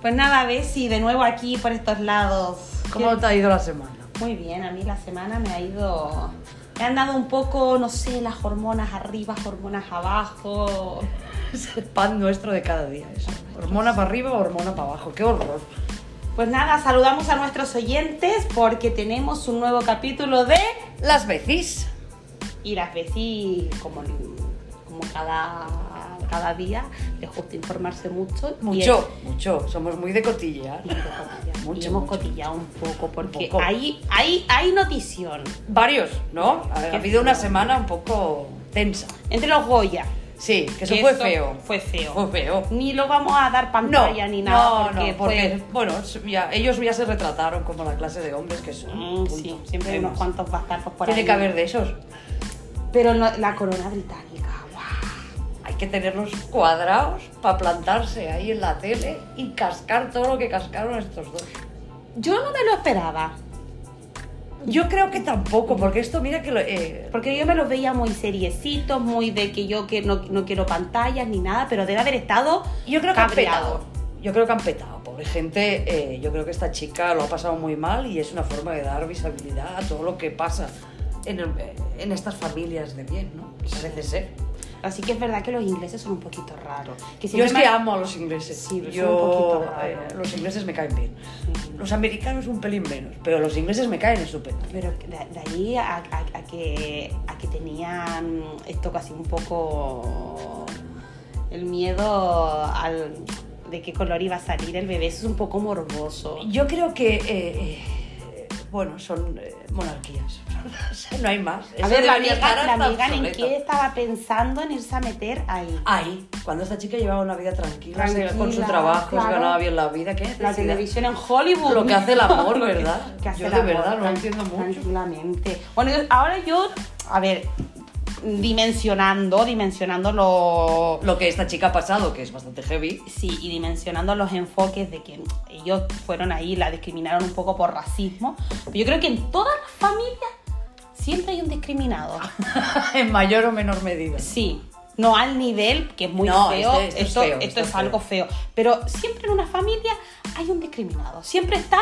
Pues nada, Bessie, de nuevo aquí por estos lados. ¿Cómo te ha ido la semana? Muy bien, a mí la semana me ha ido. Me han dado un poco, no sé, las hormonas arriba, hormonas abajo. Es el pan nuestro de cada día eso. Hormona para arriba, hormona para abajo. Qué horror. Pues nada, saludamos a nuestros oyentes porque tenemos un nuevo capítulo de. Las veces. Y las Bessie, como, como cada, cada día, les gusta informarse mucho. y Mucho, mucho. Somos muy de cotillear. hemos- y hemos cotillado. Mucho, Y hemos mucho. cotillado un poco porque poco. Hay, hay, hay notición Varios, ¿no? Ha, ha Qué habido una feo. semana un poco tensa. entre los Goya. Sí, que eso que fue esto feo. Fue feo. Fue feo. Ni lo vamos a dar pantalla ni nada. no, porque no, porque, fue- bueno, ya- ellos ya se retrataron como la clase de hombres que son. Mm, punto. sí, siempre hay Vemos. unos cuantos bastardos por Tiene ahí. que haber de esos. Pero no- la corona británica, guau. Hay que tenerlos cuadrados para plantarse ahí en la tele y cascar todo lo que cascaron estos dos. Yo no me lo esperaba. Yo creo que tampoco, porque esto, mira que lo. eh, Porque yo me los veía muy seriecitos, muy de que yo que no, no quiero pantallas ni nada, pero debe haber estado yo creo que cabreado. han petado. Yo creo que han petado, pobre gente. eh, yo creo que esta chica lo ha pasado muy mal y es una forma de dar visibilidad a todo lo que pasa en, el- eh, en estas familias de bien, ¿no? Parece ser. Así que es verdad que los ingleses son un poquito raros. Que Yo es siempre que me- amo a los ingleses. Sí, pero son yo, un poquito raro. eh, los ingleses me caen bien. Sí. Los americanos un pelín menos, pero los ingleses me caen estupendo. Pero de, de ahí a, a- a que, a que tenían esto casi un poco el miedo al, de qué color iba a salir el bebé, eso es un poco morboso. Yo creo que, eh, eh, bueno, son eh, monarquías. O sea, no hay más. A Eso ver, la debería estar amiga, la hasta amiga en obsoleto. qué estaba pensando en irse a meter ahí. Ahí, cuando esta chica llevaba una vida tranquila, se- con su Tranquila, trabajo, se claro. ganaba bien la vida, ¿qué La necesidad? televisión en Hollywood. Lo que hace el amor, ¿verdad? que hace Yo el de amor verdad no tan- entiendo mucho. Tranquilamente. Bueno, yo- ahora yo, a ver, dimensionando, dimensionando lo, Lo que esta chica ha pasado, que es bastante heavy. Sí, y dimensionando los enfoques de que ellos fueron ahí, la discriminaron un poco por racismo. Pero yo creo que en todas las familias siempre hay un discriminado. Ah. en mayor o menor medida. Sí, no al nivel, que es muy No, feo. este- esto es esto, feo, esto esto es es algo feo. Pero siempre en una familia hay un discriminado. Siempre está.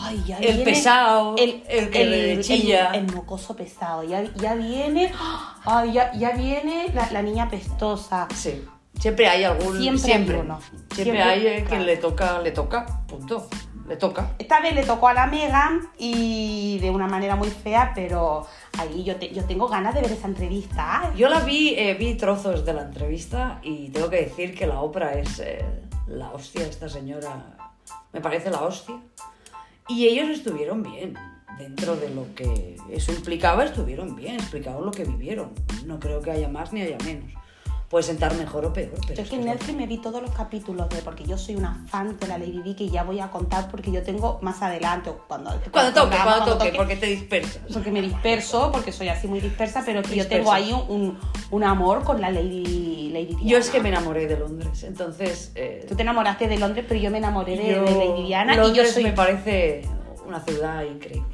Ay, ya El viene pesado, el que le chilla. El, mocoso pesado. Ya, ya viene. Ay, ya, ya viene la, la niña pestosa. Sí. Siempre hay algún. Siempre hay uno. Siempre, Siempre, hay eh, claro. que le toca, le toca. Punto. Le toca. Esta vez le tocó a la Megan y de una manera muy fea, pero ahí yo, te- yo tengo ganas de ver esa entrevista. Yo la vi, eh, vi trozos de la entrevista y tengo que decir que la Oprah es eh, la hostia, esta señora me parece la hostia. Y ellos estuvieron bien, dentro de lo que eso implicaba, estuvieron bien, explicaron lo que vivieron. No creo que haya más ni haya menos. Puede sentar mejor o peor, Yo pero es es que que en es lo Netflix me vi todos los capítulos de, porque yo soy una fan de la Lady Di que ya voy a contar porque yo tengo más adelante o cuando Cuando toque, programa, cuando toque, porque te dispersas. porque me disperso, porque soy así muy dispersa, pero que yo Dispersa. tengo ahí un, un- un amor con la Lady, Lady Diana. Yo es que me enamoré de Londres, entonces... eh, Tú te enamoraste de Londres, pero yo me enamoré de, yo- de Lady Diana y yo Londres soy me parece una ciudad increíble.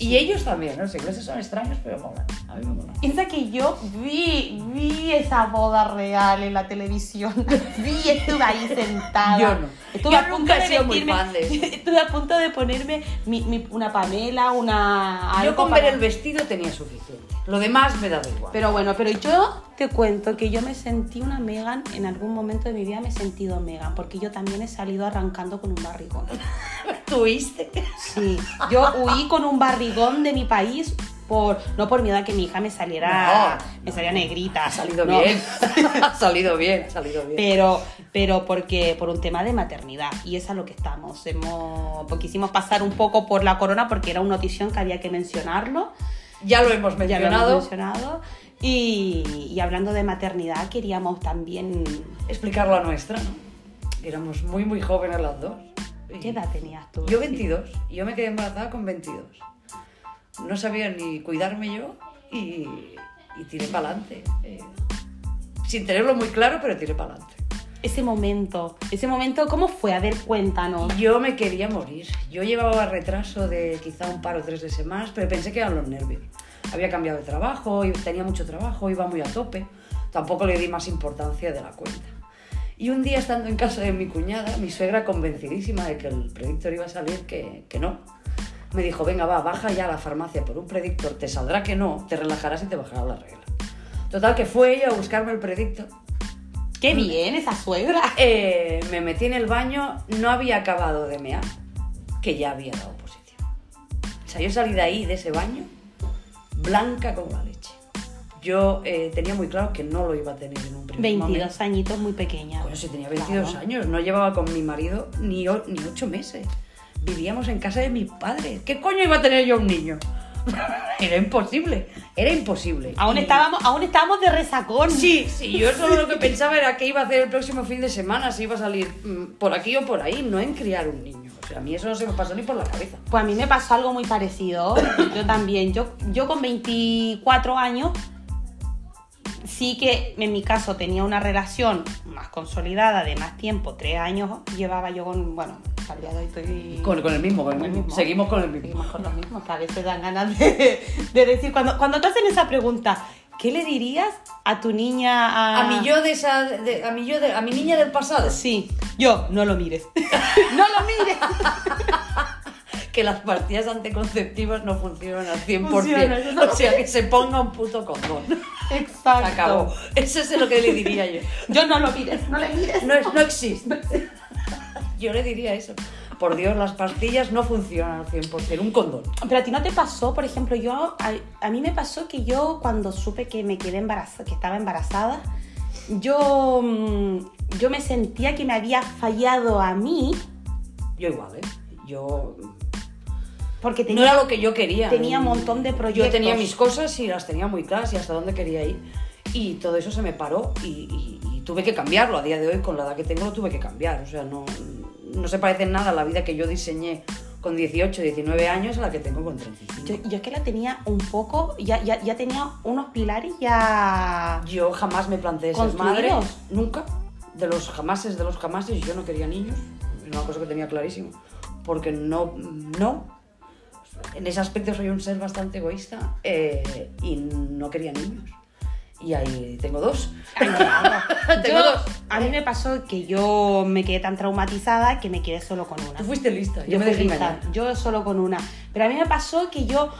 Y ellos también, ¿no? los ingleses son extraños, pero molan. A mí me molan. Piensa que yo vi, vi esa boda real en la televisión. Vi, estuve ahí sentada. Yo no. Estuve Yo a punto nunca he de sido muy vestirme- fan de eso. Estuve a punto de ponerme mi- mi- una Pamela, una. Yo algo con para- ver el vestido tenía suficiente. Lo demás me daba igual. Pero bueno, pero yo te cuento que yo me sentí una Megan, en algún momento de mi vida me he sentido Megan, porque yo también he salido arrancando con un barrigón. tuviste. Sí, yo huí con un barrigón de mi país por no por miedo a que mi hija me saliera No, me saliera negrita. Ha salido No. bien. ha salido bien, ha salido bien. pero pero porque por un tema de maternidad y es a lo que estamos hemos porque quisimos pasar un poco por la corona porque era una notición que había que mencionarlo ya ya lo hemos lo hemos mencionado. mencionado y, y hablando de maternidad queríamos también Explicar la nuestra, ¿no? Éramos muy, muy jóvenes las dos. Y- qué edad tenías tú Yo 22. y Yo me quedé embarazada con 22. No sabía ni cuidarme yo y, y tiré para adelante. sin tenerlo muy claro, pero tiré para adelante. ese momento ese momento cómo fue a ver cuéntanos Yo me quería morir. Yo llevaba retraso de quizá un par o tres de semanas, pero pensé que eran los nervios. Había cambiado de trabajo, y tenía mucho trabajo, iba muy a tope. Tampoco le di más importancia de la cuenta. Y un día estando en casa de mi cuñada, mi suegra convencidísima de que el predictor iba a salir, que, que no, me dijo, venga, va, baja ya a la farmacia por un predictor, te saldrá que no, te relajarás y te bajará la regla. Total, que fue ella a buscarme el predictor. Qué bien esa suegra. Eh, me metí en el baño, no había acabado de mear, que ya había dado positivo. O sea, yo salí de ahí, de ese baño, blanca como la leche. Yo eh, tenía muy claro que no lo iba a tener en un primer momento. 22 añitos, muy pequeña. Bueno, si tenía 22 Claro. años, no llevaba con mi marido ni, o- ni 8 meses. Vivíamos en casa de mis padres. ¿Qué coño iba a tener yo un niño? era imposible, era imposible. Aún Y- estábamos, aún estábamos de resacón. Sí, sí, yo solo lo que pensaba era qué iba a hacer el próximo fin de semana, si iba a salir mm, por aquí o por ahí, no en criar un niño. O sea, a mí eso no se me pasó ni por la cabeza. Pues a mí me pasó algo muy parecido. Yo también. Yo, yo con 24 años sí que en mi caso tenía una relación más consolidada de más tiempo. Tres años llevaba yo con, bueno, al día de hoy estoy... Con, con el mismo, con el mismo. Seguimos con el mismo. Seguimos con lo mismo, que a veces dan ganas de, de decir, cuando, cuando te hacen esa pregunta, ¿qué le dirías a tu niña? A, A mi yo de esa, de- a mi yo de, a mi niña del pasado, Sí, yo, no lo mires. no lo mires. que las partidas anticonceptivas no funcionan al 100%. Funciona, eso no. O sea, que se ponga un puto condón. Se Exacto. acabó. Eso es lo que le diría yo. Yo no lo mires, no le mires. No, es- no existe. Yo le diría eso. Por Dios, las pastillas no funcionan al 100%. Un condón. Pero a ti no te pasó, por ejemplo, yo a, a mí me pasó que yo cuando supe que me quedé embarazada, que estaba embarazada, yo mm, yo me sentía que me había fallado a mí Yo igual, ¿eh? Yo... porque No tenía era lo que yo quería. tenía un montón de proyectos. Yo tenía mis cosas y las tenía muy claras y hasta dónde quería ir. Y todo eso se me paró y, y- y tuve que cambiarlo. A día de hoy, con la edad que tengo, lo tuve que cambiar. O sea, no, no se parece en nada a la vida que yo diseñé con 18, 19 años a la que tengo con 35. yo, yo es que la tenía un poco, ya, ya, ya tenía unos pilares ya... Yo jamás me planteé ser madre. ¿Construidos? Nunca. De los jamases, de los jamases, yo no quería niños. Era una cosa que tenía clarísimo. Porque no, no. En ese aspecto soy un ser bastante egoísta eh, y no quería niños. Y ahí tengo dos. Tengo Yo- dos. a mí me pasó que yo me quedé tan traumatizada que me quedé solo con una. Tú fuiste lista. Yo, Yo me fui dejé lista, engañar. Yo solo con una. Pero a mí me pasó que yo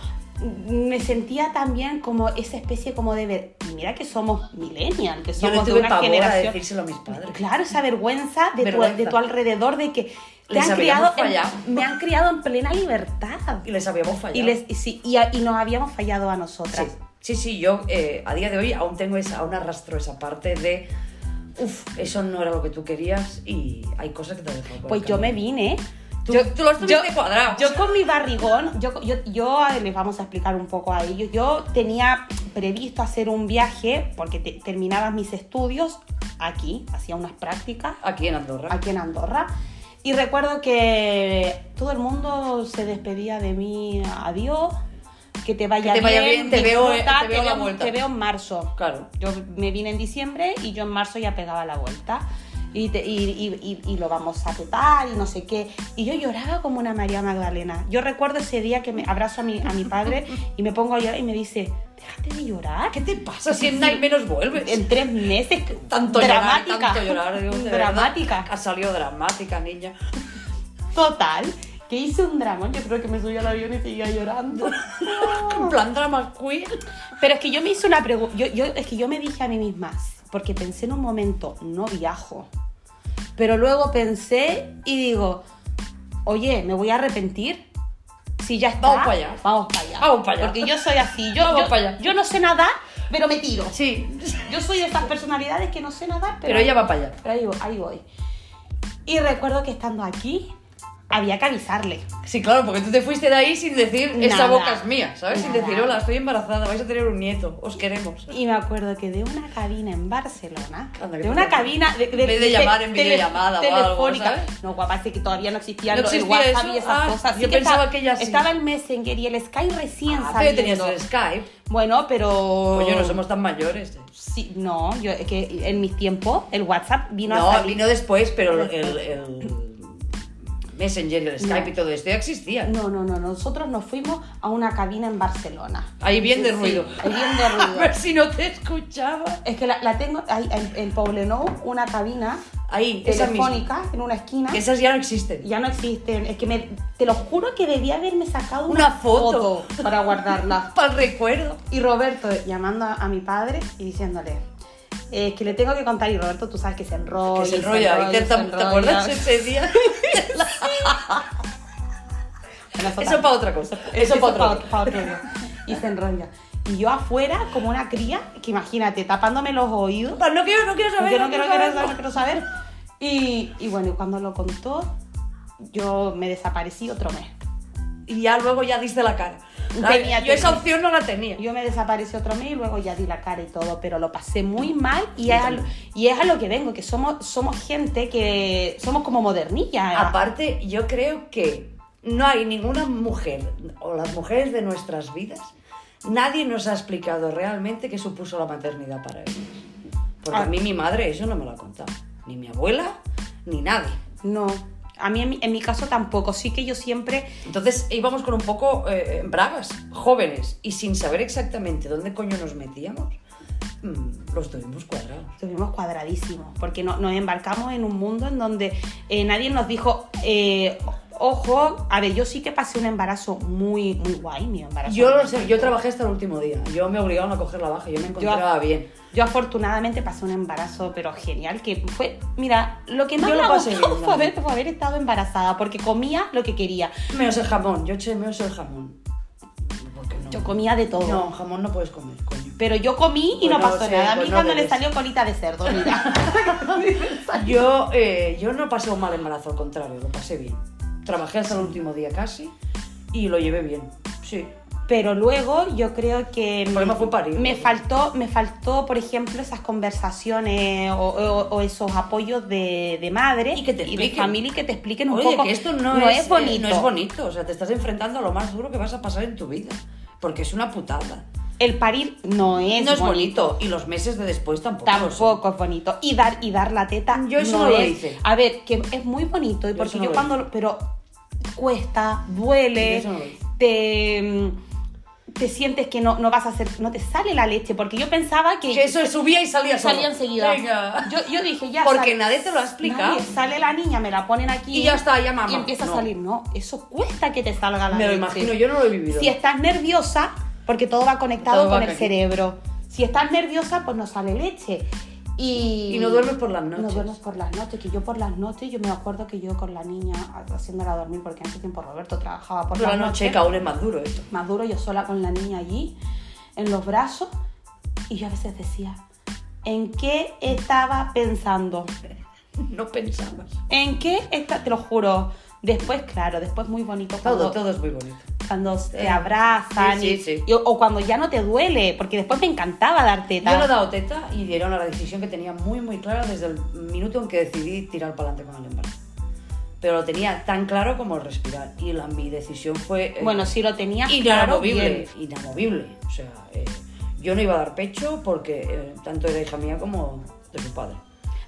me sentía también como esa especie como de... ver- y Mira que somos millennial, que Yo le somos de tuve una pavor a generación... decírselo a mis padres. Claro, esa vergüenza de, Vergüenza. Tu, de tu alrededor de que te Les han habíamos criado... en- fallado. me han criado en plena libertad. Y les habíamos fallado. Y, les, y, sí, y, a- y nos habíamos fallado a nosotras. Sí, sí, sí, yo eh, a día de hoy aún tengo esa, aún arrastro esa parte de, uff, eso no era lo que tú querías y hay cosas que te han dejado por el Pues yo me camino. vine. Tú, tú lo estuviste cuadrado. Yo con mi barrigón, yo, yo, yo eh, les vamos a explicar un poco a ellos. Yo tenía previsto hacer un viaje porque te- terminaba mis estudios aquí, hacía unas prácticas Aquí en Andorra. aquí en Andorra. Y recuerdo que todo el mundo se despedía de mí, adiós, que te vaya, Que te vaya bien, te veo- eh, disfruta, te veo la vuelta. te veo en marzo. Claro. Yo me vine en diciembre y yo en marzo ya pegaba la vuelta. Y, te- y- y- y- y lo vamos a petar y no sé qué. Y yo lloraba como una María Magdalena. Yo recuerdo ese día que me abrazo a mi, a mi padre y me pongo a llorar y me dice, déjate de llorar. ¿Qué te pasa si en Night menos vuelves? En tres meses, tanto dramática. llorar, tanto llorar. digo, de verdad, dramática. Ha salido dramática, niña. Total, que hice un drama. Yo creo que me subí al avión y seguía llorando. Ah. En plan drama queen. Pero es que yo me hice una pregunta. Yo, yo- es que yo me dije a mí misma, porque pensé en un momento, no viajo. Pero luego pensé y digo, oye, ¿me voy a arrepentir? Si ya está. Vamos pa' allá. Vamos para allá. Vamos pa' allá. Porque yo soy así. Yo, Vamos yo- pa' allá. yo no sé nadar, pero me tiro. Sí. Yo soy de estas personalidades que no sé nadar, pero. Pero ella va para allá. Pero ahí voy, ahí voy. Y recuerdo que estando aquí, había que avisarle. Sí, claro, porque tú te fuiste de ahí sin decir, esa Nada. boca es mía, ¿sabes? Sin Nada. decir, hola, estoy embarazada, vais a tener un nieto, os queremos. Y me acuerdo que de una cabina en Barcelona, Anda, que de una te- cabina de, En vez de llamar en tele- videollamada o algo, telefónica. ¿sabes? No, guapa, es que todavía no existía, No lo- existía el WhatsApp eso. y esas Ah, cosas. yo pensaba estaba- que ya sí. Estaba el Messenger y el Sky recién Ah, pero saliendo. tenías el Skype. Bueno, pero Oye, no somos tan mayores. eh. sí, no, yo es que en mis tiempos el WhatsApp vino No, a salir. vino después, pero el, el- el Messenger, el Skype No. y todo esto ya existía. No, no, no, nosotros nos fuimos a una cabina en Barcelona. Ahí bien de Sí, ruido. ahí bien de A ruido. ver si no te escuchaba. Es que la, la tengo ahí en, en Poblenou, una cabina Ahí, esa misma. telefónicas en una esquina. Esas ya no existen. Ya no existen. Es que me, te lo juro que debía haberme sacado una, Una foto. foto para guardarla. Para el recuerdo. Y Roberto llamando a, a mi padre y diciéndole, es que le tengo que contar, y Roberto, tú sabes que se enrolla. que se enrolla. ¿Te, te, se te acuerdas enrolla. ese día? Bueno, total. Eso para otra cosa. Eso para otra cosa. pa' otro día. Y se enrolla. Y yo afuera, como una cría, que imagínate, tapándome los oídos. No quiero, no quiero saber. yo no quiero, quiero saber, saberlo. no quiero saber. Y, y bueno, cuando lo contó, yo me desaparecí otro mes. Y ya luego ya diste la cara. Tenía, Ay, yo tenía. esa opción no la tenía. Yo me desaparecí otro mes y luego ya di la cara y todo, pero lo pasé muy mal y, Yo es, a, lo- también. y es a lo que vengo, que somos, somos gente que somos como modernilla. Aparte, yo creo que no hay ninguna mujer, o las mujeres de nuestras vidas, nadie nos ha explicado realmente qué supuso la maternidad para ellos. Porque Ah. a mí mi madre eso no me lo ha contado. Ni mi abuela, ni nadie. No, a mí en mi, en mi caso tampoco, sí que yo siempre... Entonces íbamos con un poco eh, en bragas, jóvenes, y sin saber exactamente dónde coño nos metíamos, mm, los tuvimos cuadrados. Estuvimos cuadradísimos, porque no- nos embarcamos en un mundo en donde eh, nadie nos dijo, eh, ojo, a ver, yo sí que pasé un embarazo muy, muy guay, mi embarazo. Yo lo sé, yo trabajé hasta el último día. Yo me obligaron a coger la baja, yo me encontraba bien. Yo afortunadamente pasé un embarazo, pero genial, que fue, mira, lo que más Yo me lo ha pasé gustado bien, fue la haber, fue haber estado embarazada, porque comía lo que quería. Menos el jamón, yo eché menos el jamón. ¿Por qué no? Yo comía de todo. No, jamón no puedes comer, coño. Pero yo comí y no Bueno, pasó sí, nada. A mí pues no cuando le debes. salió colita de cerdo, mira. Yo, eh, yo no pasé un mal embarazo, al contrario, lo pasé bien. Trabajé hasta el último día casi y lo llevé bien. Sí. Pero luego yo creo que... El problema fue pues. parir. Me faltó, me faltó por ejemplo, esas conversaciones o, o- o esos apoyos de, de madre Y que te de expliquen. familia y que te expliquen un Oye, poco. que esto no, es, eh, no es bonito, o sea, te estás enfrentando a lo más duro que vas a pasar en tu vida, porque es una putada. El parir no es no es bonito. bonito. y los meses de después tampoco. lo son. Tampoco es bonito. Y dar, y dar la teta. Yo eso no lo hice. A ver, que es muy bonito. Y Yo porque yo, eso no lo cuando. lo- Pero cuesta, duele. Yo eso no lo hice. te. mm, Te sientes que no, no vas a hacer. No te sale la leche. Porque yo pensaba que. Que eso subía y salía solo. salía enseguida. Venga. Yo, yo dije, ya. Porque sale- nadie te lo ha explicado. Nadie, sale la niña, me la ponen aquí. Y ya está, ya Y mamá. empieza No. a salir. No, eso cuesta que te salga la Me lo leche. imagino, yo no lo he vivido. Si estás nerviosa, porque todo va conectado Todo va con el aquí. cerebro. Si estás nerviosa, pues no sale leche. Y, Y no duermes por las noches. No duermes por las noches, que yo por las noches, yo me acuerdo que yo con la niña haciéndola dormir, porque en ese tiempo Roberto trabajaba por ¿eh? Por la las noche, noches. que aún es más duro esto. Más duro, yo sola con la niña allí, en los brazos, y yo a veces decía, ¿en qué estaba pensando? No pensabas. ¿En qué está? Te lo juro. Después, claro, después muy bonito. Todo, cuando- todo es muy bonito. cuando te Eh, abrazan sí, y- sí, sí. y- o cuando ya no te duele, porque después me encantaba dar teta. Yo no he dado teta y dieron la decisión que tenía muy, muy clara desde el minuto en que decidí tirar para adelante con el embarazo. Pero lo tenía tan claro como el respirar. Y la, mi decisión fue. eh, Bueno, sí lo tenías claro, inamovible. bien. Inamovible. O sea, eh, yo no iba a dar pecho porque eh, tanto era hija mía como de su padre.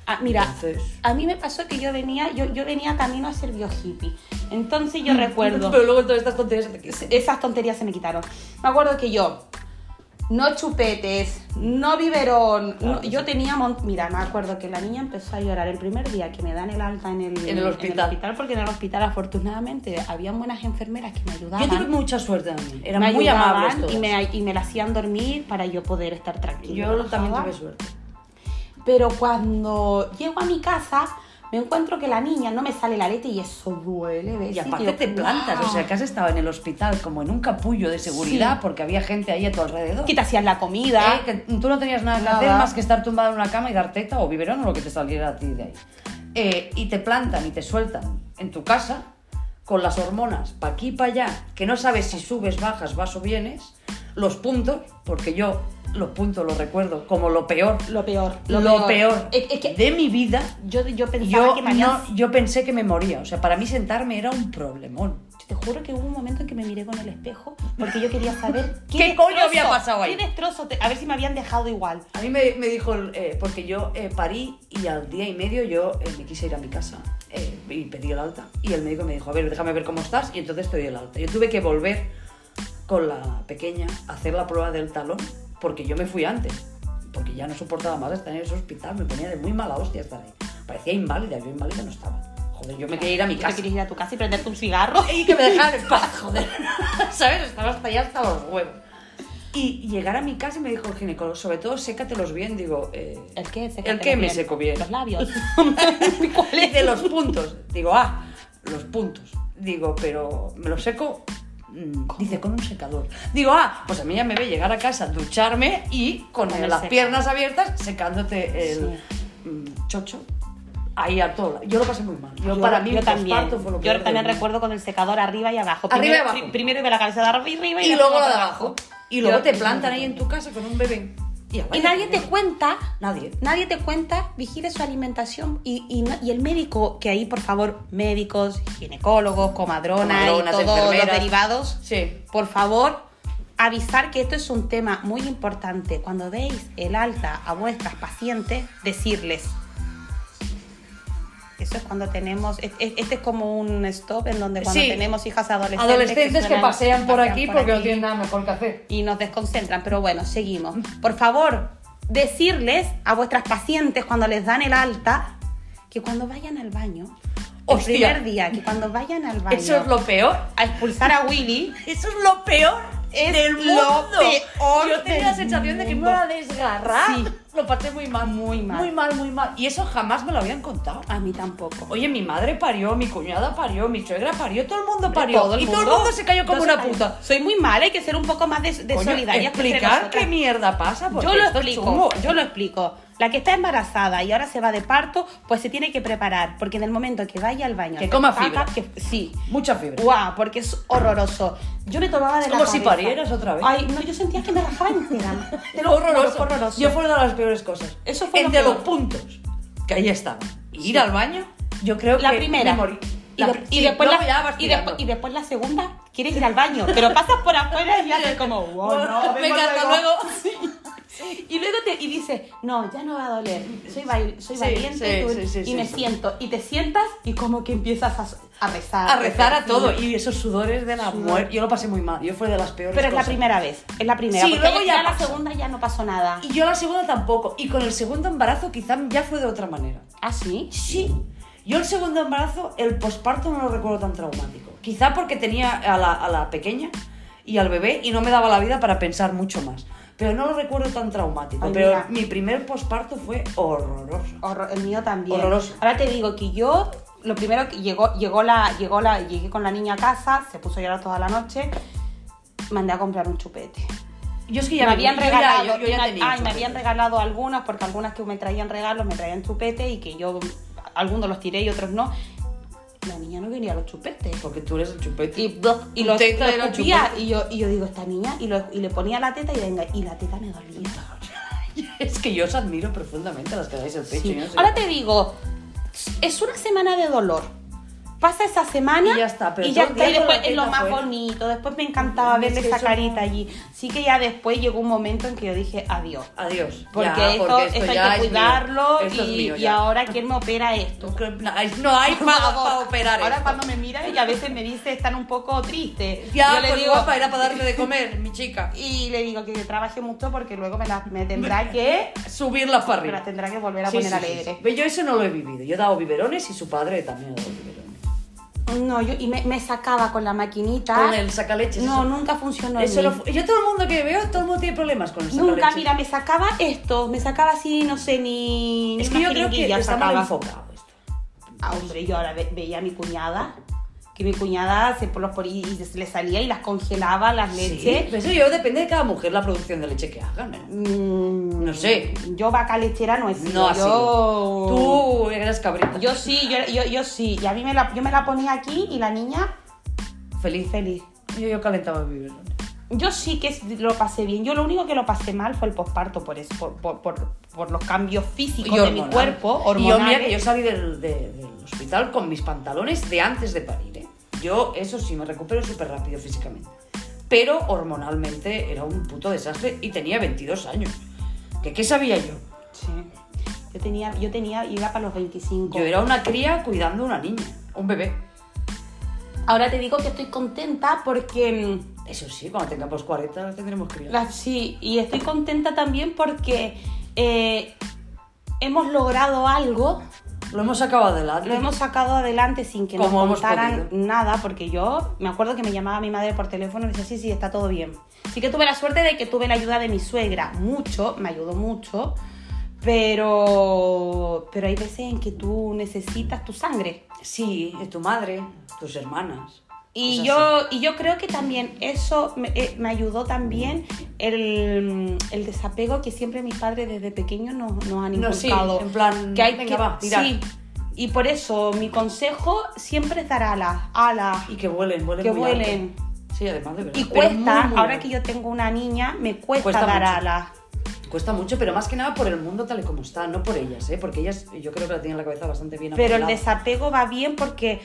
Ah, mira, Entonces- a mí me pasó que yo venía, yo, yo venía camino a ser biohippie. Entonces Mm. yo recuerdo, Pero luego todas estas tonterías se te quedan. esas tonterías se me quitaron. Me acuerdo que yo, no chupetes, no biberón, Claro no- que yo Ah, pues sí. tenía, mon- mira, me acuerdo que la niña empezó a llorar el primer día que me dan el alta en el, En el hospital. porque en el hospital afortunadamente habían buenas enfermeras que me ayudaban. Yo tuve mucha suerte también. Eran me muy ayudaban amables todas. y me, y me la hacían dormir para yo poder estar tranquila. Yo también Trabajaba. tuve suerte. Pero cuando llego a mi casa, me encuentro que la niña no me sale la leche y eso duele. ¿ves? Y Sí, aparte digo, te plantas, "Guau". o sea, que has estado en el hospital como en un capullo de seguridad Sí. porque había gente ahí a tu alrededor. ¡Ah! que te hacían la comida. Eh, que tú no tenías nada que Nada. hacer más que estar tumbada en una cama y dar teta o biberón o lo que te saliera a ti de ahí. Eh, y te plantan y te sueltan en tu casa con las hormonas pa' aquí y pa' allá, que no sabes si subes, bajas, vas o vienes, los puntos, porque yo los puntos los recuerdo como lo peor, Lo peor. lo, peor, Es, es que de mi vida. yo, yo pensaba Yo, que me habían- no- yo pensé que me moría, o sea, para mí sentarme era un problemón. Te juro que hubo un momento en que me miré con el espejo porque yo quería saber qué, ¿Qué coño destrozo, había pasado ahí? Qué destrozo, te- a ver si me habían dejado igual. A mí me, me dijo, el- eh, porque yo eh, parí y al día y medio yo eh, me quise ir a mi casa eh, y pedí el alta. Y el médico me dijo, a ver, déjame ver cómo estás y entonces te doy el alta. Yo tuve que volver con la pequeña a hacer la prueba del talón porque yo me fui antes, porque ya no soportaba más estar en ese hospital, me ponía de muy mala hostia estar ahí. parecía inválida, yo inválida no estaba. Joder, yo me quería ir a mi ¿Tú te casa. quieres ir a tu casa y prenderte un cigarro? Y que me dejaran en paz, joder. ¿Sabes? Estaba hasta allá, hasta los huevos. Y llegar a mi casa y me dijo el ginecólogo, sobre todo, sécatelos bien. Digo, eh, ¿El qué? Sécate ¿el qué me bien. seco bien? Los labios. ¿Cuál es de los puntos? Digo, ah, los puntos. Digo, pero me los seco. mm, Dice, con un secador. Digo, ah, pues a mí ya me ve llegar a casa, ducharme y con Con el las seca. piernas abiertas secándote el mm, chocho. Ahí a todo. lado. Yo lo pasé muy mal. Yo, para mí, yo el también. posparto fue lo Yo peor también del mundo. recuerdo con el secador arriba y abajo. Arriba y primero, abajo. pri- primero de la cabeza de arriba y, y la luego cabeza la de de abajo. Y luego Yo- te plantan ahí en tu casa con un bebé. Y, a Y bailar. nadie te cuenta. Nadie. Nadie te cuenta, vigile su alimentación y, y no- y el médico, que ahí por favor, médicos, ginecólogos, comadronas, Comadronas, y todos los enfermeras. derivados, Sí. por favor, avisar que esto es un tema muy importante. Cuando deis el alta a vuestras pacientes, decirles. Eso es cuando tenemos, es- es- este es como un stop en donde cuando Sí. tenemos hijas adolescentes. Adolescentes que suenan- pasean por aquí porque no aquí tienen nada mejor que hacer. y nos desconcentran, pero bueno, seguimos. Por favor, decirles a vuestras pacientes cuando les dan el alta que cuando vayan al baño, Hostia. el primer día, que cuando vayan al baño Eso es lo peor. a expulsar a Willy, Eso es lo peor Es del lo mundo. peor Yo tenía la del sensación de que me mundo. iba a desgarrar. Sí. Lo pasé muy mal. Muy mal. Muy mal, muy mal. Y eso jamás me lo habían contado. a mí tampoco. Oye, mi madre parió, mi cuñada parió, mi suegra parió, todo el mundo parió. Todo el y mundo- todo el mundo se cayó como Entonces, una puta. Soy muy mala, hay que ser un poco más de, de Coño, solidaria. entre explicar nosotras. qué mierda pasa. porque Yo lo esto es explico, chungo. yo lo explico. La que está embarazada y ahora se va de parto, pues se tiene que preparar, porque en el momento que vaya al baño, Que se coma saca, fibra. que- sí, Mucha fibra. Guau, porque es horroroso. Yo me tomaba de Es la como si cabeza. parieras otra vez. Ay, no, yo sentía que me rajaban entera. Te lo juro, horroroso. fue horroroso. Yo fue una de las peores cosas. Eso fue lo Entre peor. los puntos que ahí están. Ir Sí. al baño, yo creo la que primera. me morí. Y, de- pri- y sí, después luego la, ya vas y, tirando. después, y después la segunda, quieres ir al baño, pero pasas por afuera y ya te como, wow, no, vengo Venga, hasta luego. Y luego te y dices, no, ya no va a doler, soy, val- soy Sí, valiente sí, tú- sí, sí, y sí, me sí. sientas, y te sientas y como que empiezas a, a rezar. A rezar a Sí. todo. Y esos sudores de la Sudor. muerte. Yo lo pasé muy mal. Yo fue de las peores Pero es la cosas. primera vez, es la primera. Sí, porque luego ya la pasa. segunda ya no pasó nada. Y yo la segunda tampoco. Y con el segundo embarazo quizá ya fue de otra manera. ¿Ah, sí? Sí. Yo el segundo embarazo, el posparto no lo recuerdo tan traumático. Quizá porque tenía a la, a la pequeña y al bebé y no me daba la vida para pensar mucho más. Pero no lo recuerdo tan traumático. Ay, pero mira. mi primer posparto fue horroroso. Horror- el mío también. Horroroso. Ahora te digo que yo, lo primero que llegó, llegó la, llegó la, llegué con la niña a casa, se puso a llorar toda la noche, mandé a comprar un chupete. Yo es que Y ya me habían yo regalado, ya- yo- yo ya una- tenía ay, me chupete. habían regalado algunas, porque algunas que me traían regalos me traían chupete y que yo, algunos los tiré y otros no. La niña no quería los chupetes. Porque tú eres el chupete. Y, y lo, lo Teta era escupía, y yo, y yo digo, esta niña, y, lo- y le ponía la teta y venga, y la teta me dolía. Es que yo os admiro profundamente a las que dais el pecho. Sí. yo no sé. Ahora te digo, es una semana de dolor. Pasa esa semana Y ya está, pero y ya todo está, y el día con la después es lo teta más afuera. bonito. Después me encantaba Es verle que esa eso carita no- allí. Sí que ya después llegó un momento en que yo dije adiós. Adiós. Porque, Ya, esto, porque esto ya hay que es mío. cuidarlo Esto es y, mío y ya. ahora quién me opera esto. No hay, no hay Por paga favor. para operar Ahora esto. cuando me mira y a veces me dice están un poco tristes. Ya, yo le pues digo, guapa, era para darle de comer, mi chica. y le digo que trabaje mucho porque luego me, las me tendrá que Subirlas para me arriba. las tendrá que volver a Sí, poner sí, sí, alegre. sí. Pero Yo eso no lo he vivido. Yo he dado biberones y su padre también ha dado biberones. No, yo y me, me sacaba con la maquinita. Con el sacaleches. No, eso. nunca funcionó. en Eso mí. lo fu- yo todo el mundo que veo, todo el mundo tiene problemas con el sacaleches. Nunca, mira, me sacaba esto, me sacaba así, no sé, ni. Es ni que una yo creo que jeringuilla está mal sacaba. enfocado esto. Ah, hombre, yo ahora ve- veía a mi cuñada, que mi cuñada se por los por y se le salía y las congelaba las Sí, leches. pero eso yo depende de cada mujer la producción de leche que hagan. ¿no? Mm, No sé. Yo vaca lechera no he sido. No ha yo... sido. Tú eras cabrita. Yo sí, yo, yo, yo sí. Y a mí me la, yo me la ponía aquí y la niña feliz. feliz. Yo, yo calentaba mi biberón. Yo sí que lo pasé bien. Yo lo único que lo pasé mal fue el posparto por, eso, por, por, por- por los cambios físicos de mi hormonal. cuerpo, Y yo, mira, hormonales. que yo salí del, de- del hospital con mis pantalones de antes de parir. ¿eh? Yo, eso sí, me recupero súper rápido físicamente. Pero hormonalmente era un puto desastre y tenía 22 años. ¿Qué, qué sabía yo? Sí. Yo tenía, yo tenía, iba para los 25. Yo era una cría cuidando a una niña, un bebé. Ahora te digo que estoy contenta porque mm, Eso sí, cuando tengamos 40 las tendremos cría. la- sí, y estoy contenta también porque eh, hemos logrado algo Lo hemos sacado adelante. Lo hemos sacado adelante sin que nos Como hemos contaran podido. nada, porque yo me acuerdo que me llamaba mi madre por teléfono y me decía, sí, sí, está todo bien. Sí que tuve la suerte de que tuve la ayuda de mi suegra, mucho, me ayudó mucho, pero, pero hay veces en que tú necesitas tu sangre. Sí, es tu madre, tus hermanas. Y Es yo, y yo creo que también eso me, eh, me ayudó también el, el desapego que siempre mis padres desde pequeños nos, nos han No, sí, inculcado. en plan, que hay venga, que, va, tirar. Sí. Y por eso mi consejo siempre es dar alas, alas. Y que vuelen, vuelen. Que muy alto. vuelen. Sí, además de verdad. Y pero cuesta, muy, muy ahora alto. que yo tengo una niña, me cuesta, Cuesta dar mucho. alas. Cuesta mucho, pero más que nada por el mundo tal y como está, no por ellas, ¿eh? Porque ellas yo creo que la tienen la cabeza bastante bien Pero el amueblada. desapego va bien porque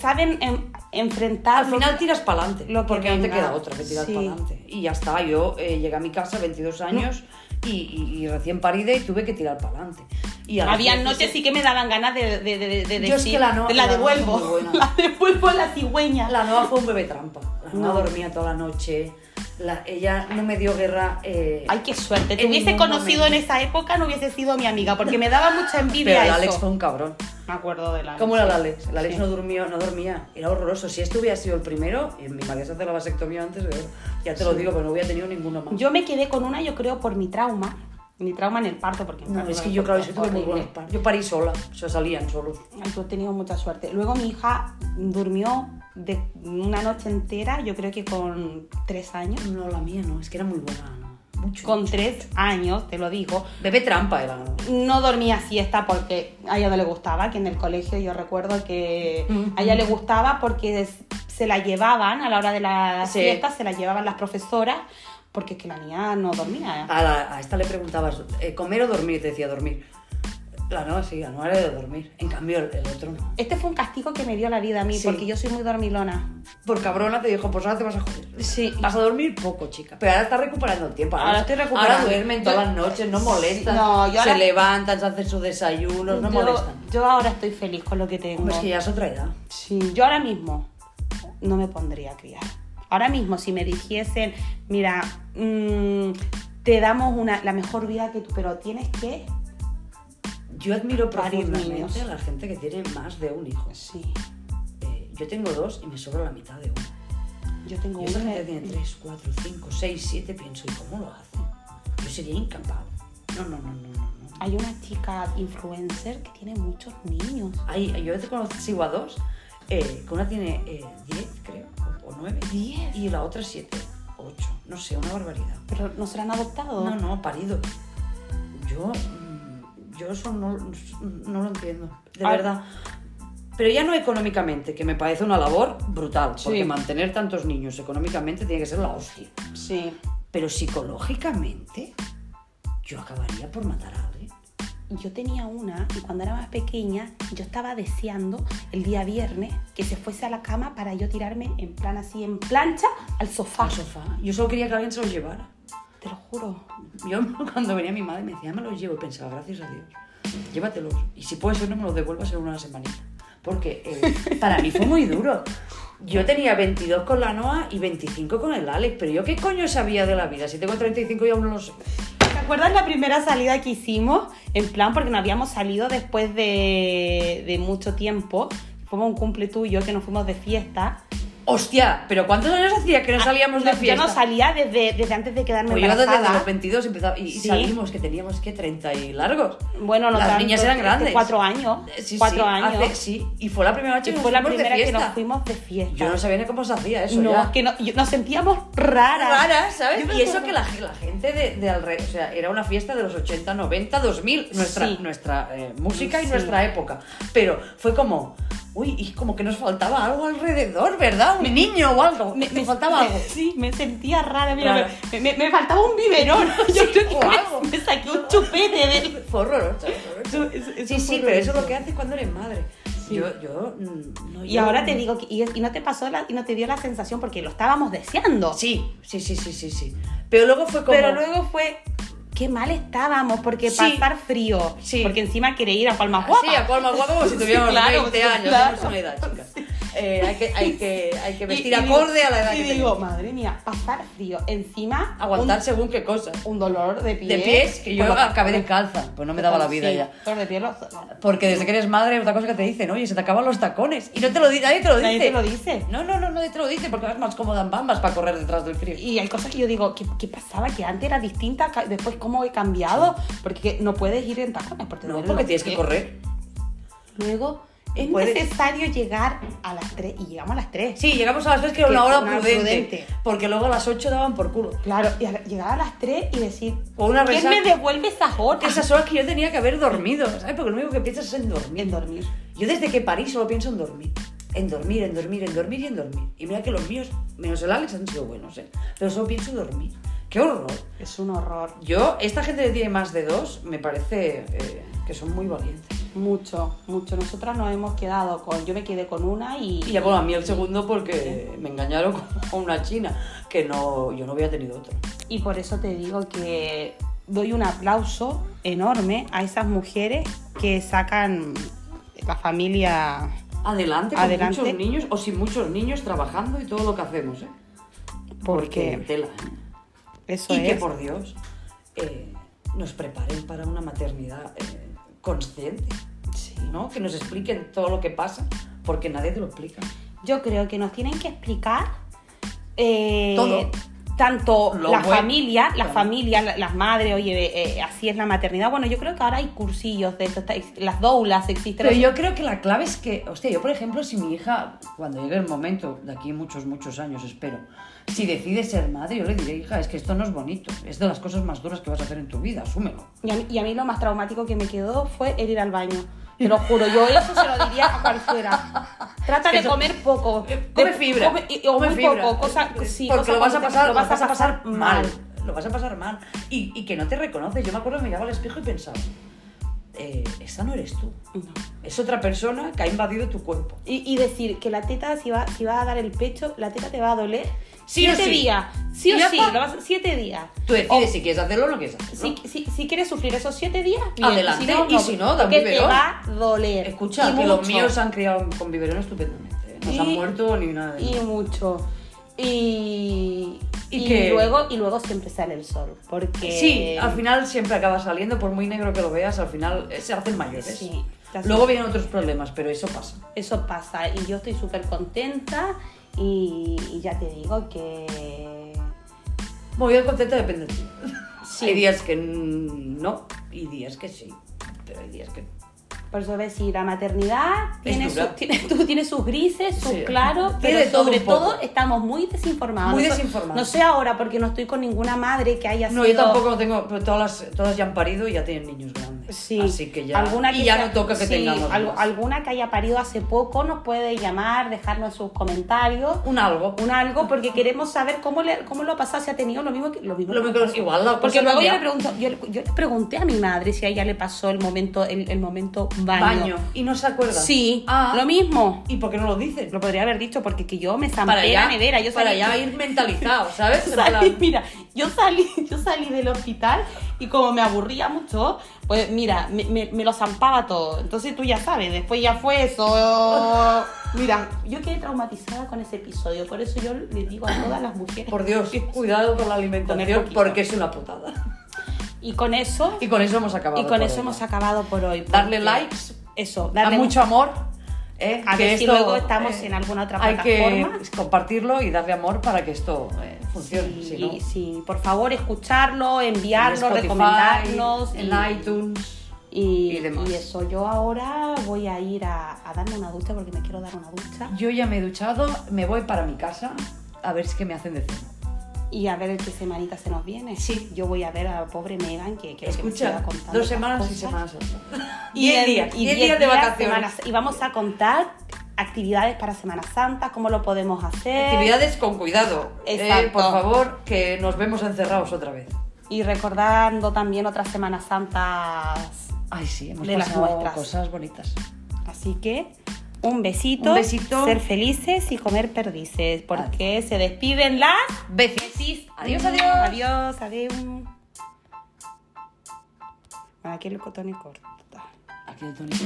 saben en- enfrentar. Al lo- final tiras para adelante, lo que porque no te venga. queda otra que tirar Sí. para adelante. Y ya está, yo eh, llegué a mi casa 22 años y, y- y recién parida y tuve que tirar para adelante. Y a las Había 16 noches sí que me daban ganas de, de, de, de- de Yo es decir, que la no- "Te la, la no es devuelvo, muy buena. la devuelvo a la cigüeña. La nueva fue un bebé trampa. La nueva No. dormía toda la noche. La- ella no me dio guerra. eh, Ay, qué suerte. Te En hubiese ningún conocido en momento. esa época, no hubiese sido mi amiga, porque me daba mucha envidia pero el eso. Alex fue un cabrón. Me acuerdo de la ¿Cómo era el Alex? El Alex Sí. no durmió, no dormía. Era horroroso. Si este hubiera sido el primero, y mi madre se hace la vasectomía antes, pero ya te lo digo, pero no hubiera tenido ninguno más. Yo me quedé con una, yo creo, por mi trauma. Mi trauma en el parto, porque mi Ah, no, parto es que fue yo, claro, es que tuve muy horrible. buenos par. Yo parí sola, se salían solo. Ay, tú has tenido mucha suerte. Luego mi hija durmió de una noche entera, yo creo que con tres años. No, la mía no, es que era muy buena. no. Mucho. Con tres años, te lo digo, Bebé trampa era. ¿no? no dormía siesta porque a ella no le gustaba, que en el colegio yo recuerdo que Ujú. a ella le gustaba porque es- se la llevaban a la hora de la Sí. siesta, se la llevaban las profesoras, porque es que la niña no dormía. A, la- a esta le preguntabas, eh, ¿comer o dormir? Te decía dormir. La no, sí, la no era de dormir. En cambio, el, el otro no. Este fue un castigo que me dio la vida a mí, Sí. porque yo soy muy dormilona. Por cabrona te dijo, pues ahora te vas a joder. Sí. Vas a dormir poco, chica. Pero ahora estás recuperando el tiempo. Ahora estoy recuperando. Ahora duermen todas Yo- las noches, no molestan. No, yo se ahora- levantan, se hacen sus desayunos, no yo, molestan. yo ahora estoy feliz con lo que tengo. Hombre, es que ya es otra edad. Sí, yo ahora mismo no me pondría a criar. Ahora mismo, si me dijesen, mira, mm, te damos una, la mejor vida que tú, pero tienes que. Yo admiro Parir profundamente niños. a la gente que tiene más de un hijo. Sí, Eh, yo tengo dos y me sobra la mitad de uno. yo tengo Y esa una- gente tiene 3, 4, 5, 6, 7, pienso, ¿y cómo lo hace? Yo sería incapaz. No, no, no, no, no. no. Hay una chica influencer que tiene muchos niños. Hay, yo te conozco sigo a dos, eh, que una tiene eh, 10, creo, o- o 9. 10. Y la otra 7, 8. No sé, una barbaridad. Pero no se la han adoptado. No, no, parido. Yo, mm, yo eso no, no lo entiendo, de Ah. verdad. Pero ya no económicamente, que me parece una labor brutal, porque Sí. mantener tantos niños económicamente tiene que ser la hostia. Sí. Pero psicológicamente, yo acabaría por matar a alguien. Yo tenía una y cuando era más pequeña yo estaba deseando el día viernes que se fuese a la cama para yo tirarme en plan así, en plancha, al sofá. Al sofá. Yo solo quería que alguien se los llevara. Te lo juro. Yo cuando venía mi madre me decía, me los llevo. Y pensaba, gracias a Dios, llévatelos. Y si puede ser, no me los devuelvas en una semanita. Porque eh, para mí fue muy duro. Yo tenía 22 con la Noa y 25 con el Alex. Pero yo qué coño sabía de la vida. Si tengo 35 y aún no lo sé. ¿Te acuerdas la primera salida que hicimos? En plan, porque no habíamos salido después de, de mucho tiempo. Fue un cumple tuyo que nos fuimos de fiesta. Hostia, pero ¿cuántos años hacía que no salíamos de Ah, No, fiesta? Yo no salía desde, desde antes de quedarme Pues yo embarazada. desde los 22 empezaba y, y Sí. salimos, que teníamos que 30 y largos. Bueno, no Las tanto, niñas eran este, grandes. Cuatro años. Eh, Sí, cuatro sí, años. hace- sí, y fue la primera noche Y que nos fue la fuimos de primera que fiesta. nos fuimos de fiesta. Yo no sabía ni cómo se hacía eso. No, ya. es que no- yo- nos sentíamos raras. raras, ¿sabes? Yo me Y eso acuerdo. que la, la gente de, de alrededor, o sea, era una fiesta de los 80, 90, 2000, nuestra, Sí. nuestra eh, música y Sí. nuestra época. Pero fue como, uy, y como que nos faltaba algo alrededor, ¿verdad? Un niño o algo, me, faltaba algo. Sí, me sentía rara. Mira, Rara. Me, me- me faltaba un biberón. Yo creo que o algo. me, me saqué un chupete del. Fue horroroso, horroroso. Eso- eso- Sí, eso sí, fue pero eso es horroroso. lo que haces cuando eres madre. Sí. Yo, yo, mm, no, Y yo- ahora te digo, que, y, y no te pasó la- y no te dio la sensación porque lo estábamos deseando. Sí, sí, sí, sí, sí, sí. Pero luego fue como... Pero luego fue, qué mal estábamos porque Sí. pasar frío. Sí. Ah, Porque encima quería ir a Palma Guapa. Sí, a cual más guapo como si tuviéramos Sí, claro, 20 sí, años. claro. Tenemos una edad, chicas. eh, hay, que, hay, que, hay que vestir Y- y digo- acorde a la edad y que digo, tenemos. madre mía, pasar frío. Encima, Aguantar según qué cosas. un, un dolor de pies. De pies, que yo Por lo- acabé descalza, pues no me daba la vida Sí, ya. dolor de pies, los- Porque desde que eres madre, otra cosa que te dicen, oye, se te acaban los tacones. Y no te lo dice, nadie te lo dice. nadie te lo dice. No, no, no, nadie te lo dice porque vas más cómoda en bambas para correr detrás del frío. Y hay cosas que yo digo, ¿qué, qué pasaba? Que antes era distinta, ca- después cómo he cambiado. Porque no puedes ir en tacones. Porque, te No, duelen porque los tienes que pies. correr. Luego, es Puedes. necesario llegar a las 3 y llegamos a las 3. Sí, llegamos a las 3 que era Que una hora una prudente, prudente. Porque luego a las 8 daban por culo. Claro, y a- llegar a las 3 y decir, Con una ¿quién resaca. me devuelve esas horas? Esas horas que yo tenía que haber dormido, ¿sabes? Porque lo único que piensas es en dormir. En dormir. Yo desde que parí solo pienso en dormir. En dormir, en dormir, en dormir y en dormir. Y mira que los míos, menos el Alex, han sido buenos, ¿eh? Pero solo pienso en dormir. ¡Qué horror! Es un horror. Yo, esta gente que tiene más de dos, me parece eh, que son muy valientes. Mucho, mucho. Nosotras nos hemos quedado con. Yo me quedé con una y. Y ya, bueno, a mí el segundo porque me engañaron con una china, que no, yo no había tenido otro. y por eso te digo que doy un aplauso enorme a esas mujeres que sacan la familia. Adelante, con Adelante. muchos niños o sin muchos niños trabajando y todo lo que hacemos, ¿eh? Porque tela, ¿eh? eso y que es. por Dios eh, nos preparen para una maternidad eh, consciente, Sí. ¿no? Que nos expliquen todo lo que pasa, porque nadie te lo explica. Yo creo que nos tienen que explicar eh, Todo. Tanto Lo la bueno. familia, las Claro. familias, la- las madres, oye, eh, así es la maternidad. Bueno, yo creo que ahora hay cursillos de esto, está- las doulas existen. Pero yo creo que la clave es que, hostia, yo por ejemplo, si mi hija, cuando llegue el momento, de aquí muchos, muchos años espero, si decide ser madre, yo le diré, hija, es que esto no es bonito, es de las cosas más duras que vas a hacer en tu vida, asúmelo. Y a, mí, y a mí lo más traumático que me quedó fue el ir al baño. Te lo juro, yo eso se lo diría a cualquiera. Trata de Eso- comer poco. Eh, Come De- fibra. come- y- o come muy fibra. poco, cosa, sí, Porque cosa lo vas a con- pasar, lo vas a pasar mal. mal. Lo vas a pasar mal. Y, y que no te reconoces. Yo me acuerdo que me miraba al espejo y pensaba, eh, esta no eres tú. No. Es otra persona que ha invadido tu cuerpo. Y, y decir que la teta, si va, si va a dar el pecho, la teta te va a doler. Sí o siete sí. días. Sí o Y ya sí, está. lo vas a- siete días. Tú decides Oh. si quieres hacerlo o no quieres hacerlo. Si, si, si quieres sufrir esos siete días, bien. Adelante. Si no, Y si no, da un porque te biberón. va a doler. Escucha, Y que los mucho. míos se han criado con biberón estupendamente. ¿eh? No se han Y- muerto ni nada. de y nada. mucho y, Y y que- luego y luego siempre sale el sol porque Sí, al final siempre acaba saliendo, por muy negro que lo veas, al final eh, se hacen mayores. Sí, te hace- Luego vienen otros problemas, pero eso pasa. eso pasa y yo estoy súper contenta y, y ya te digo que Bueno, yo el concepto depende de ti. Sí. Hay días que n- no y días que sí, pero hay días que no. por eso ves si la maternidad tiene, dura. sus- tiene, tú- tiene sus grises sus Sí. claros Tiene pero de todo sobre un poco. todo estamos muy desinformados Muy No so- desinformados. no sé ahora porque no estoy con ninguna madre que haya No, yo sido tampoco lo tengo, pero todas, las- todas ya han parido y ya tienen niños grandes. Sí. Así que ya. Alguna y que ya sea- no toca que sí, tengamos. al- más. alguna que haya parido hace poco nos puede llamar, dejarnos sus comentarios, Un algo. un algo, porque queremos saber cómo, le, cómo lo ha pasado, si ha tenido lo mismo que lo mismo. Lo que- mismo que- igual la porque cosa luego yo cambia. le, pregunto, yo, le- yo le pregunté a mi madre si a ella le pasó el momento, el, el momento baño. baño. Y no se acuerda. Sí, Ah, lo mismo. ¿Y por qué no lo dicen? Lo podría haber dicho porque que yo me zampé la nevera. Yo para salí- ya ir mentalizado, ¿sabes? En Salí, plan- mira, yo salí, yo salí del hospital y como me aburría mucho, pues mira, me, me- me lo zampaba todo. Entonces tú ya sabes, después ya fue eso. Mira, yo quedé traumatizada con ese episodio, por eso yo le digo a todas las mujeres. Por Dios, cuidado con la alimentación poquito. porque es una putada. Y con eso, Y con eso hemos acabado. y con por eso hoy. hemos acabado por hoy. Darle porque- likes. Eso, A darle mucho amor. ¿eh? A que ver si esto, eh, luego estamos en alguna otra hay plataforma. que compartirlo y darle amor para que esto eh, funcione. Sí, si no, sí, por favor, escucharlo, en enviarlo, Spotify, recomendarnos. En y- iTunes. Y, Y demás. y eso, yo ahora voy a ir a, a darme una ducha porque me quiero dar una ducha Yo ya me he duchado, me voy para mi casa a ver si que me hacen de cena. y a ver el qué semanita se nos viene. Sí. Yo voy a ver a la pobre Megan que creo que me Escucha, siga contando dos estas semanas y cosas. semanas. Y Diez en- días, y diez diez días de vacaciones. semanas. Y vamos a contar actividades para Semana Santa, cómo lo podemos hacer. Actividades con cuidado. Eh, Exacto. por favor, que nos vemos encerrados otra vez. Y recordando también otras Semanas Santas. Ay, sí, hemos De las pasado nuestras. cosas bonitas. Así que un besito, Un besito. ser felices y comer perdices porque se despiden las... Besis. Adiós, Mm, adiós. Adiós, adiós. Bueno, aquí el cotón es corto. Aquí de Tony.